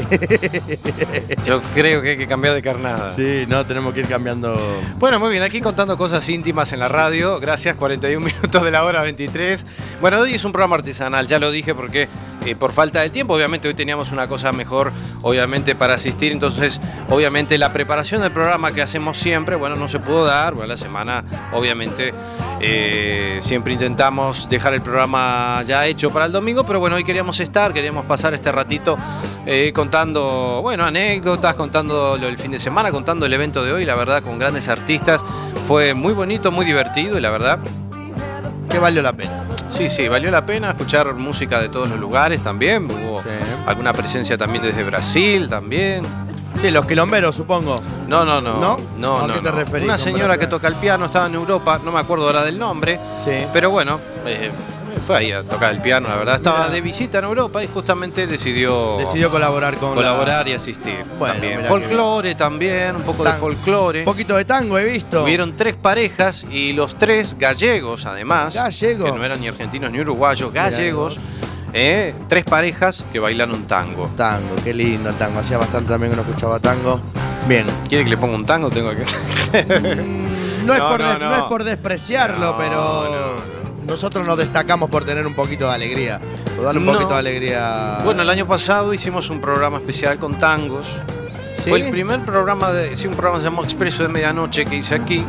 Yo creo que hay que cambiar de carnada. Sí, no, tenemos que ir cambiando. Bueno, muy bien, aquí contando cosas íntimas en la radio. Gracias, 41 minutos de la hora 23. Bueno, hoy es un programa artesanal, ya lo dije porque eh, por falta de tiempo, obviamente hoy teníamos una cosa mejor, obviamente, para asistir. Entonces, obviamente, la preparación del programa que hacemos siempre, bueno, no se pudo dar. Bueno, la semana, obviamente, eh, siempre intentamos dejar el programa ya hecho para el domingo, pero bueno, hoy queríamos estar, queríamos pasar este ratito eh, contando, bueno, anécdotas, contando lo del fin de semana, contando el evento de hoy, la verdad, con grandes artistas. Fue muy bonito, muy divertido y la verdad, Que valió la pena. sí, sí, valió la pena escuchar música de todos los lugares también. Hubo alguna presencia también desde Brasil también. Sí, los quilomberos, supongo. No, no, no. ¿No? no, ¿A no, qué te no. referís Una con señora Brasil? que toca el piano, estaba en Europa, no me acuerdo ahora del nombre, Sí. pero bueno, eh, fue ahí a tocar el piano, la verdad. Estaba Mirá. de visita en Europa y justamente decidió, Decidió colaborar con. Oh. colaborar y asistir. Bueno, también. mirá Folclore también, un poco de folclore. Un poquito de tango he visto. Hubieron tres parejas y los tres gallegos, además. Gallegos. Que no eran ni argentinos ni uruguayos, Mirá gallegos. eh, tres parejas que bailaron tango. Tango, qué lindo el tango. Hacía bastante también que no escuchaba tango. Bien. ¿Quiere que le ponga un tango? Tengo que. No, es, No, por no, des- no. no es por despreciarlo, pero nosotros nos destacamos por tener un poquito de alegría. Por darle un No. poquito de alegría. Bueno, el año pasado hicimos un programa especial con tangos. ¿Sí? Fue el primer programa, de, sí, un programa que se llamó Expreso de Medianoche que hice aquí.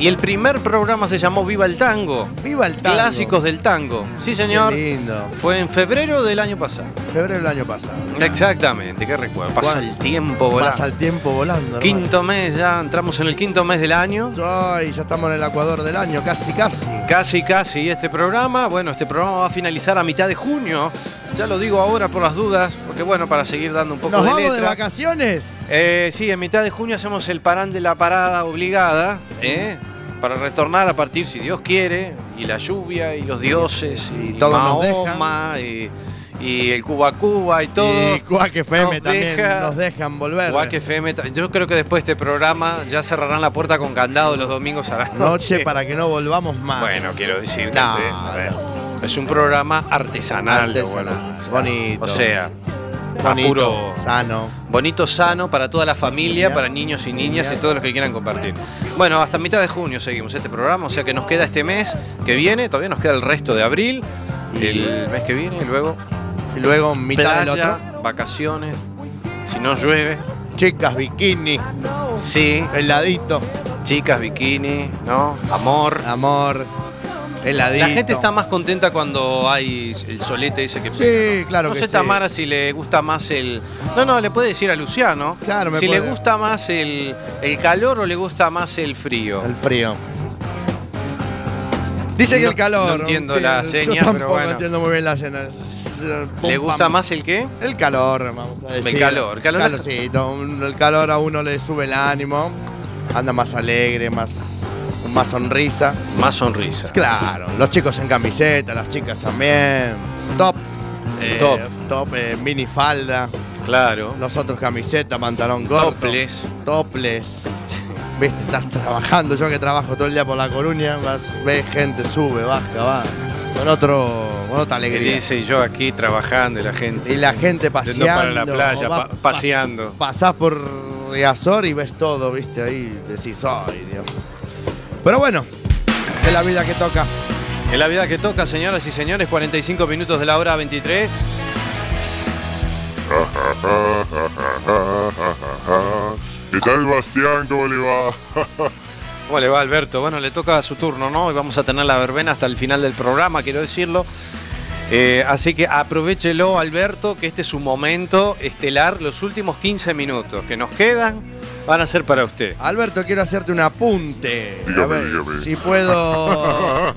Y el primer programa se llamó Viva el Tango. Viva el tango. Clásicos del tango. Sí, señor. Qué lindo. Fue en febrero del año pasado. Febrero del año pasado. Exactamente, qué recuerdo. Pasa Guau. el tiempo, volando. Pasa el tiempo volando, hermano. Quinto mes, ya entramos en el quinto mes del año. Ay, ya estamos en el Ecuador del año, casi, casi. Casi, casi este programa. Bueno, este programa va a finalizar a mitad de junio. Ya lo digo ahora por las dudas, porque bueno, para seguir dando un poco ¿Nos de vamos de letra. vacaciones? Eh, sí, en mitad de junio hacemos el parán de la parada obligada, ¿eh? para retornar a partir, si Dios quiere, y la lluvia, y los dioses, y, todo nos Mahoma, y, y el Cuba Cuba, y todo. Y Cuac FM Nos también deja- nos dejan volver. Guac FM, ta- yo creo que después de este programa ya cerrarán la puerta con candado los domingos a la noche. Noche para que no volvamos más. Bueno, quiero decir que No, este- a ver, es un programa artesanal, lo bueno. Artesanal, bonito. O sea, Bonito, apuro. sano. Bonito, sano para toda la familia, para niños y niñas y todos los que quieran compartir. Bueno, hasta mitad de junio seguimos este programa, o sea que nos queda este mes que viene, todavía nos queda el resto de abril, el mes que viene, y luego Y luego mitad del playa, otro. vacaciones, si no llueve, Chicas, bikini, sí, Eh. heladito, chicas, bikini, ¿no? Amor. amor, heladito. La gente está más contenta cuando hay el solete ese que Sí, pega, ¿no? claro No que sé, sí. Tamara, si le gusta más el... No, no, le puede decir a Luciano. Claro, me Si le puede. gusta más el, el calor o le gusta más el frío. El frío. Dice que No- el calor. no entiendo la Yo seña, pero tampoco bueno. entiendo muy bien la seña. uh, ¿Le gusta más el qué? El calor, vamos a El decir. calor, el calor- Calorcito, un- el calor a uno le sube el ánimo, anda más alegre, más, con más sonrisa. Más sonrisa. Claro, los chicos en camiseta, las chicas también. Top. eh, Top. Top, eh, minifalda. Claro. Nosotros camiseta, pantalón corto. Topless. Toples. Viste, estás trabajando. Yo que trabajo todo el día por La Coruña, vas, ves gente, sube, baja, va. Con otro, con otra Él alegría. dice y yo aquí trabajando y la gente. Y la gente Yendo paseando. para la playa, va- pa- paseando. pasás por Riazor y ves todo, viste, ahí decís, ay, Dios. Pero bueno, es la vida que toca. En la vida que toca, señoras y señores, 45 minutos de la hora 23. Ah, ¿Qué tal, Bastián? ¿Cómo le va? ¿Cómo le va Alberto? Bueno, le toca su turno, ¿no? Y vamos a tener la verbena hasta el final del programa, quiero decirlo. Eh, así que aprovechelo, Alberto, que este es su momento estelar. Los últimos 15 minutos que nos quedan van a ser para usted. Alberto, quiero hacerte un apunte. A ver, si puedo.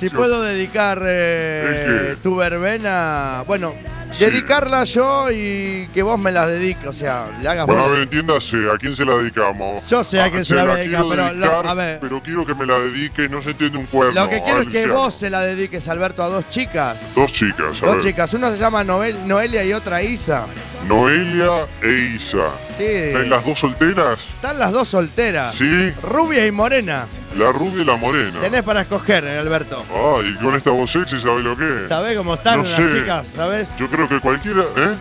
si puedo dedicar eh, Es tu verbena. Bueno, dedicarla yo y que vos me la dediques. O sea, le hagas Bueno, a vos. ver, entiéndase, ¿a quién se la dedicamos? Yo sé a quién se la dedica, quiero pero lo- dedicar, a ver. Pero quiero que me la dedique, no se entiende un cuerno. Lo que quiero es que Alicia. vos se la dediques, Alberto, a dos chicas. Dos chicas, a Dos ver. chicas. Una se llama Noel- Noelia y otra Isa. Noelia e Isa. Sí. ¿Ven las dos solteras? Están las dos solteras. Sí. Rubia y morena. La rubia y la morena. Tenés para escoger, eh, Alberto. Ay, con esta voz sexy, ¿sabes lo que es? ¿Sabés cómo están No las sé. chicas? ¿Sabés? Yo creo que cualquiera, ¿eh?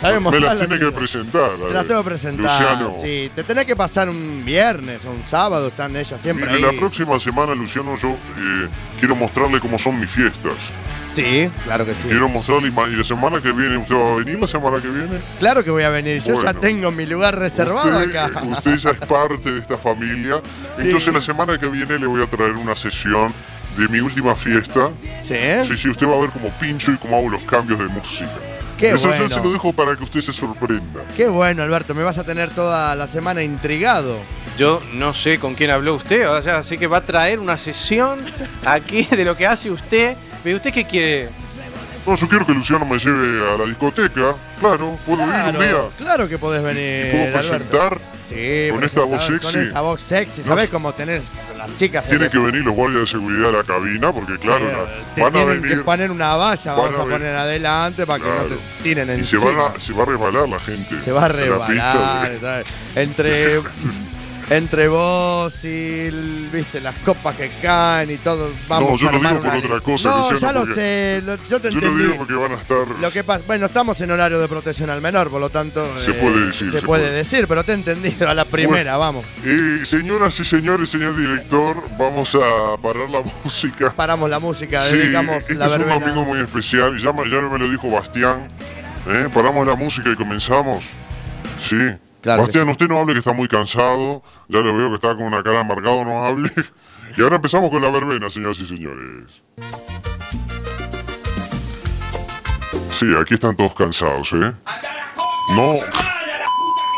¿Sabés Me las mostrarlas, tiene que presentar. a Te ver. las tengo que presentar. Luciano. Sí, te tenés que pasar un viernes o un sábado, están ellas siempre Mire, la ahí. próxima semana, Luciano, yo eh, quiero mostrarle cómo son mis fiestas. Sí, claro que sí. Quiero mostrarle, y ma- y la semana que viene, ¿usted va a venir la semana que viene? Claro que voy a venir, yo ya Bueno. tengo mi lugar reservado usted, eh, acá. usted ya es parte de esta familia. Entonces la semana que viene le voy a traer una sesión de mi última fiesta. ¿Sí? ¿eh? Sí, sí, usted va a ver cómo pincho y cómo hago los cambios de música. Qué Eso bueno. yo se lo dejo para que usted se sorprenda. Qué bueno, Alberto, me vas a tener toda la semana intrigado. Yo no sé con quién habló usted, o sea, así que va a traer una sesión aquí de lo que hace usted. Pero usted qué quiere? No, yo quiero que Luciano me lleve a la discoteca. Claro, puedo ir Claro, un día. claro que podés ¿Y venir, puedo Alberto. presentar? Sí, Con esta voz presentar sexy. Con esa voz sexy, ¿sabés cómo tenés las chicas? Tienen que venir los guardias de seguridad a la cabina, porque claro, la- Eh, Te van a tienen que venir poner una valla, Van vamos a a venir. poner adelante para Claro. que no te tiren y se, encima. van a- se va a resbalar la gente. Se va a en la pista, rebalar, porque- ¿sabes? Entre, entre vos y el- viste, las copas que caen y todo. Vamos yo a lo armar digo por una- otra cosa, No, Luciano, ya lo porque- sé, lo- yo te Yo lo entendí. digo porque van a estar. Lo que pasa, bueno, estamos en horario de protección al menor, por lo tanto. eh, Se puede decir, Se, se puede, puede. decir, pero te he entendido a la primera, vamos. Eh, señoras y señores, señor director, vamos a parar la música. Paramos la música, Sí, dedicamos este eh, la es un verbena. domingo muy especial, ya, me- ya me lo dijo Bastián. Eh, paramos la música y comenzamos. Sí. Claro que Bastián, sí. usted no hable que está muy cansado, ya lo veo que está con una cara amargado, no hable. Y ahora empezamos con la verbena, señoras y señores. Sí, aquí están todos cansados, ¿eh? No,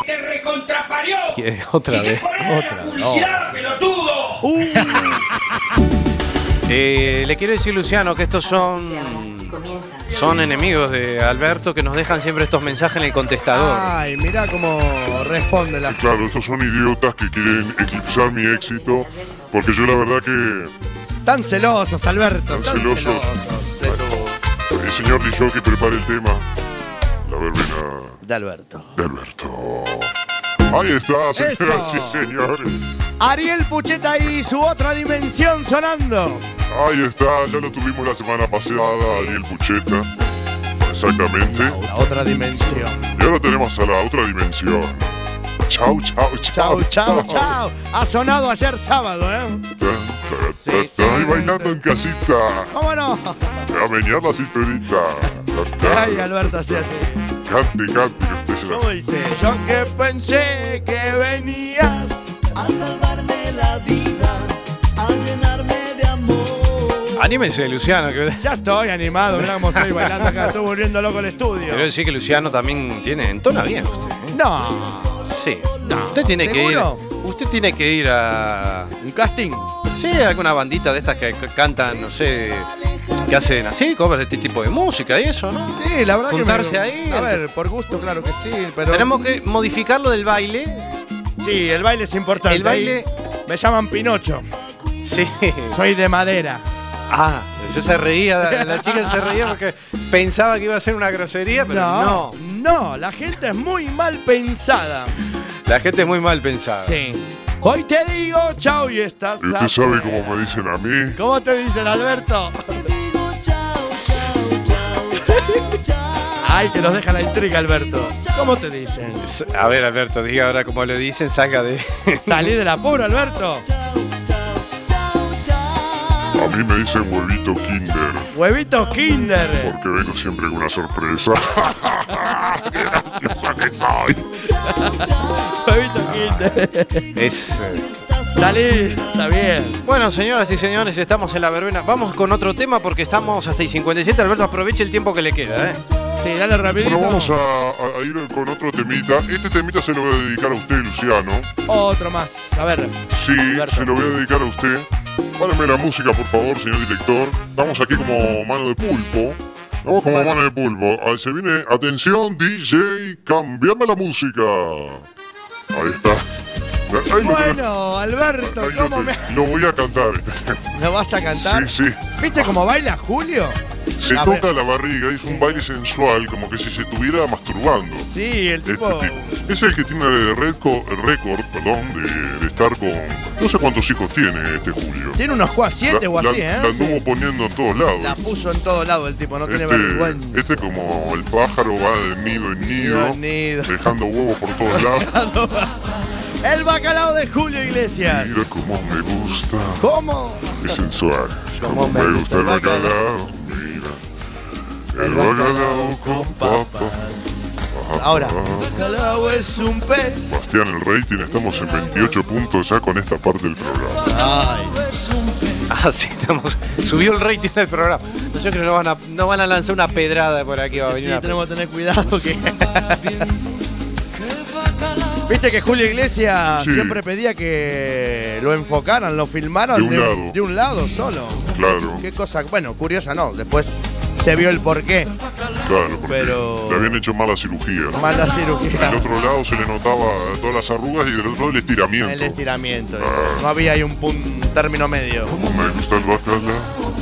¡Te recontraparió! Otra vez. Otra. ¡Publicidad, pelotudo! Eh, le quiero decir, Luciano, que estos son. Son enemigos de Alberto que nos dejan siempre estos mensajes en el contestador. Ay, mirá cómo responde la. Claro, estos son idiotas que quieren eclipsar mi éxito, porque yo la verdad que, Tan celosos, Alberto. Tan celosos. celosos de tu- el señor Dijó que prepare el tema, la verbena de Alberto. de Alberto. Ahí está, señoras Eso. y señores. Ariel Pucheta y su otra dimensión sonando. Ahí está, ya lo tuvimos la semana pasada, Ariel Pucheta. Exactamente. La otra dimensión. Y ahora tenemos a la otra dimensión. Chau, chau, chau. Chao, chao. Ha sonado ayer sábado, ¿eh? Estoy bailando en casita. ¿Cómo no? A meñar la cinturita. Ay, Alberto, así, así. Cante, cante, que usted se la ¿Cómo dice? Yo que pensé que venías a salvarme la vida, a llenarme de amor. Anímense, Luciano. Que... Ya estoy animado, mirá cómo estoy bailando acá, estoy volviendo loco el estudio. Quiero decir que Luciano también tiene. Entona bien usted. No, Sí. usted tiene que ir. ¿seguro? Usted tiene que ir a. un casting. Sí, alguna bandita de estas que c- cantan, no sé, que hacen así, covers de este tipo de música y eso, ¿no? Sí, la verdad Juntarse que. me- ahí. A ver, por gusto, claro que sí. Pero Tenemos que modificar lo del baile. Sí, el baile es importante. El baile- Ahí Me llaman Pinocho. Sí. Soy de madera. Ah, se, se reía, la, la chica se reía porque pensaba que iba a ser una grosería, pero no. no, no, la gente es muy mal pensada. La gente es muy mal pensada. Sí. Hoy te digo, chao y estás. ¿Y usted a- sabe cómo me dicen a mí? ¿Cómo te dicen, Alberto? Ay, que nos deja la intriga, Alberto. ¿Cómo te dicen? A ver, Alberto, diga ahora cómo le dicen, saca de. Salí del apuro, Alberto. A mí me dicen huevito kinder, Huevitos Kinder. porque vengo siempre con una sorpresa. ¡Qué graciosa que soy! Huevitos Kinder. Es. eh, Salí, está bien. Bueno, señoras y señores, estamos en la verbena. Vamos con otro tema porque estamos hasta y 57. Alberto, aproveche el tiempo que le queda, ¿eh? Sí, dale Bueno, rapidito. vamos a, a- a ir con otro temita. Este temita se lo voy a dedicar a usted, Luciano. Otro más. A ver. Sí, se lo voy a dedicar a usted. Párame la música, por favor, señor director. Estamos aquí como mano de pulpo. Estamos como mano de pulpo. Ahí se viene. Atención, DJ, cambiame la música. Ahí está. Ahí lo tenés. Bueno, Alberto, ¿cómo me.? Lo voy a cantar. ¿Lo vas a cantar? Sí, sí. ¿Viste cómo baila Julio? Se A ver. toca la barriga, es un baile sensual, como que si se estuviera masturbando. Sí, el Este tipo. tipo. Es el que tiene el récord, récord perdón, de, de estar con. No sé cuántos hijos tiene este Julio. Tiene unos 7 La- o la- así, ¿eh? La anduvo Sí. poniendo en todos lados. La puso en todo lado el tipo, no tiene vergüenza. este, este como el pájaro va de nido en nido, en nido. dejando huevos por todos lados. El bacalao de Julio Iglesias. Mira cómo me gusta. ¿Cómo? Es sensual. Como me gusta el bacalao. Mira. El bacalao con papa. Ahora. Ah, Bacalao es un pez. Bastián, el rating, estamos en 28 puntos ya con esta parte del programa. Ay. Ah, sí, estamos. Subió el rating del programa. Yo creo que no van a, no van a lanzar una pedrada por aquí. Va a venir Sí, una- tenemos que tener cuidado que. Viste que Julio Iglesias Sí. siempre pedía que lo enfocaran, lo filmaran De un lado. de un lado solo. Claro, Qué cosa, bueno, curiosa no, después se vio el porqué. claro, porque Pero- le habían hecho mala cirugía. Mala cirugía. Del otro lado se le notaba todas las arrugas y del otro el estiramiento. El estiramiento. No había ahí un, pun- término medio. Me gusta el bacalao.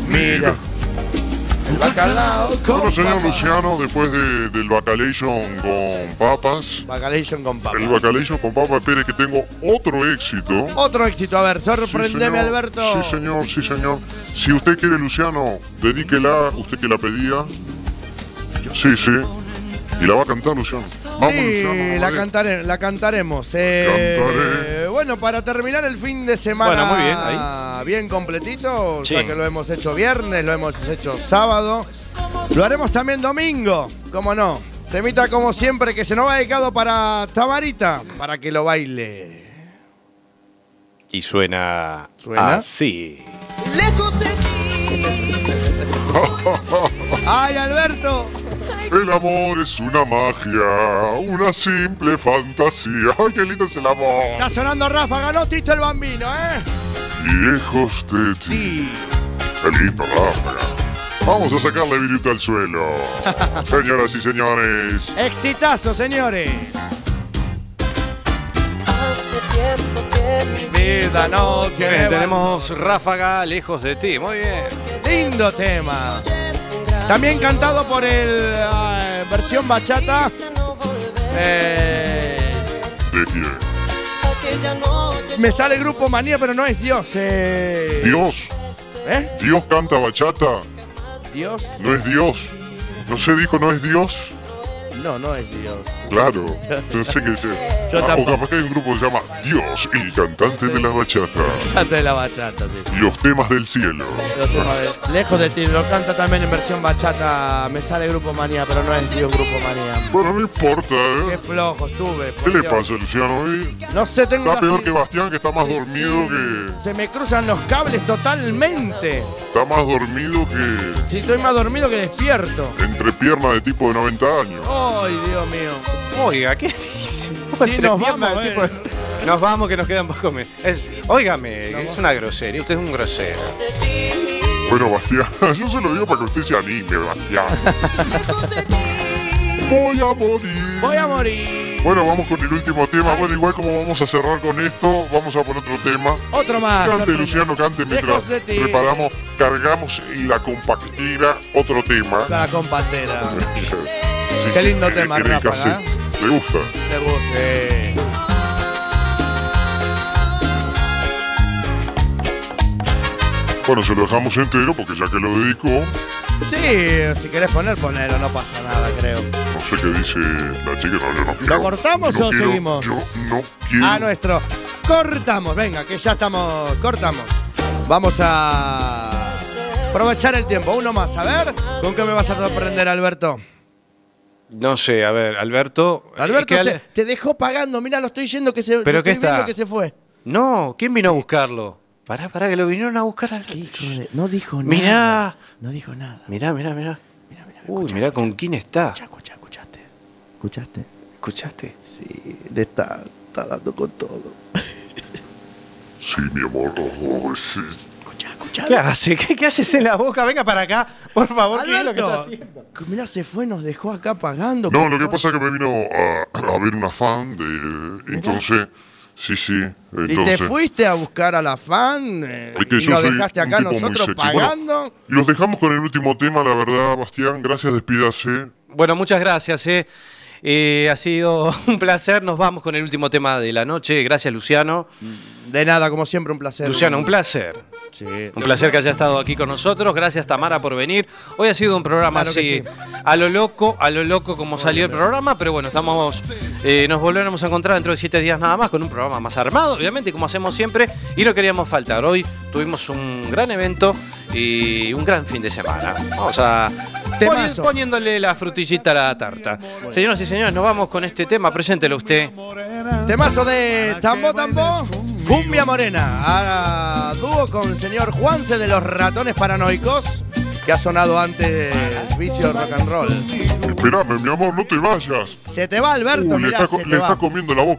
Mira. El bacalao Bueno, con señor papas. Luciano, después de- del bacalation con papas, Bacalation con papas. el bacalation con papas, espere que tengo otro éxito. Otro éxito, a ver, Sí, sorprendeme señor. Alberto. Sí, señor, sí, señor. Si usted quiere, Luciano, dedíquela, usted que la pedía. Sí, sí. Y la va a cantar, Luciano. Vamos, Sí, Luciano. la, dale. cantare- la cantaremos. Eh, Cantaré. Bueno, para terminar el fin de semana. Bueno, muy bien, bien completito. O Sí. sea que lo hemos hecho viernes, lo hemos hecho sábado. Lo haremos también domingo, cómo no. Temita como siempre que se nos va dedicado para Tamarita, para que lo baile. Y suena. Eh, ¿Suena? Así. Lejos de ti. ¡Ay, Alberto! El amor es una magia, una simple fantasía. ¡Ay, qué lindo es el amor! Está sonando Rafa, ganó Tito el Bambino, ¿eh? Lejos de ti. Sí. ¡Qué lindo, Rafa! Vamos a sacarle viruta al suelo. Señoras y señores. Exitazo, señores. Hace tiempo que mi Vida no Bien, tiene. tenemos Ráfaga lejos de ti. Muy bien. Lindo tema. También cantado por el eh, versión bachata. Eh, ¿De quién? aquella noche me sale grupo manía, pero no es Dios. eh. Dios. ¿Eh? Dios canta bachata. Dios. No es Dios. No se dijo no es Dios. No, no es Dios. Claro. No sé qué sea. Yo Ah, o tampoco. capaz que hay un grupo que se llama Dios, el cantante de la bachata. Canta de la bachata, sí. Los temas del cielo. Los temas de- Lejos de ti, lo canta también en versión bachata. Me sale grupo manía, pero no es Dios grupo manía. Bueno, no importa, Qué ¿eh? flojo estuve. por ¿Qué le Dios. pasa, Luciano? ¿Eh? Hoy No sé, tengo Está una peor fiebre. que Bastián, que está más dormido que. Se me cruzan los cables totalmente. Está más dormido que. Si estoy más dormido que despierto. Entre piernas de tipo de 90 años. ¡Ay, Dios mío! Oiga, ¿qué dice? Sí, nos vamos, eh. Nos vamos que nos quedan pocos meses. Es- Óigame, es una grosería, usted es un grosero. Bueno, Bastián, yo se lo digo para que usted se anime, Bastián. Voy a morir. Voy a morir. Bueno, vamos con el último tema. Bueno, igual como vamos a cerrar con esto, vamos a por otro tema. Otro más. Cante, Luciano, cante Ah, mientras Lejos de ti. preparamos, cargamos en la compactera otro tema. La compatera. Qué lindo tema, ¿eh? En el Ráfaga. cassette. ¿Te gusta? Te gusta. Bueno, se lo dejamos entero porque ya que lo dedicó, Sí, si querés poner, ponelo, no pasa nada, creo. no sé qué dice la chica. No, yo no quiero. ¿Lo cortamos no o quiero, seguimos? Ah, Yo no quiero. A nuestro. Cortamos, venga, que ya estamos. Cortamos. Vamos a aprovechar el tiempo. Uno más, a ver. ¿Con qué me vas a sorprender, Alberto? No sé, a ver, Alberto. Alberto es que se- Al- te dejó pagando. Mira, lo estoy yendo que se. ¿Pero lo qué estoy viendo está? que se fue. No, ¿quién vino a buscarlo? Pará, pará, que lo vinieron a buscar aquí. No dijo nada. Mirá. No dijo nada. Mirá, mirá, mirá. Uy, mirá con quién está. ¿Escuchaste? ¿Escuchaste? Sí, le está, está dando con todo. Sí, mi amor. oh, sí. ¿Qué hace? ¿Qué, qué haces en la boca? Venga para acá, por favor. ¿qué es lo que Alberto. está haciendo? Mirá, se fue, nos dejó acá pagando. No, lo que pasa es que me vino a, a ver una fan de. Entonces. Sí, sí. Entonces. y te fuiste a buscar a la fan. eh, Es que y yo nos soy dejaste un acá tipo muy nosotros sexy. Bueno, pagando. Los dejamos con el último tema, la verdad, Bastián. Gracias, despídase. Bueno, muchas gracias. eh. Eh, ha sido un placer. Nos vamos con el último tema de la noche. Gracias, Luciano. De nada, como siempre, un placer. Luciano, un placer. Un placer que haya estado aquí con nosotros. Gracias, Tamara, por venir. Hoy ha sido un programa Claro así, que sí. a lo loco, a lo loco como salió el programa, pero bueno, estamos, eh, nos volveremos a encontrar dentro de siete días nada más con un programa más armado, obviamente, como hacemos siempre, y no queríamos faltar. Hoy tuvimos un gran evento y un gran fin de semana. Vamos a... poni- Temazo. Poniéndole la frutillita a la tarta. Señoras y señores, nos vamos con este tema. Preséntelo usted. Temazo de Tambo Tambo, Cumbia Morena. A dúo con el señor Juanse de los Ratones Paranoicos, que ha sonado antes Vicio Rock and Roll. Esperame, mi amor, no te vayas. Se te va, Alberto, Uy, le mirá, está, co- se te Uh, le va. está comiendo la boca.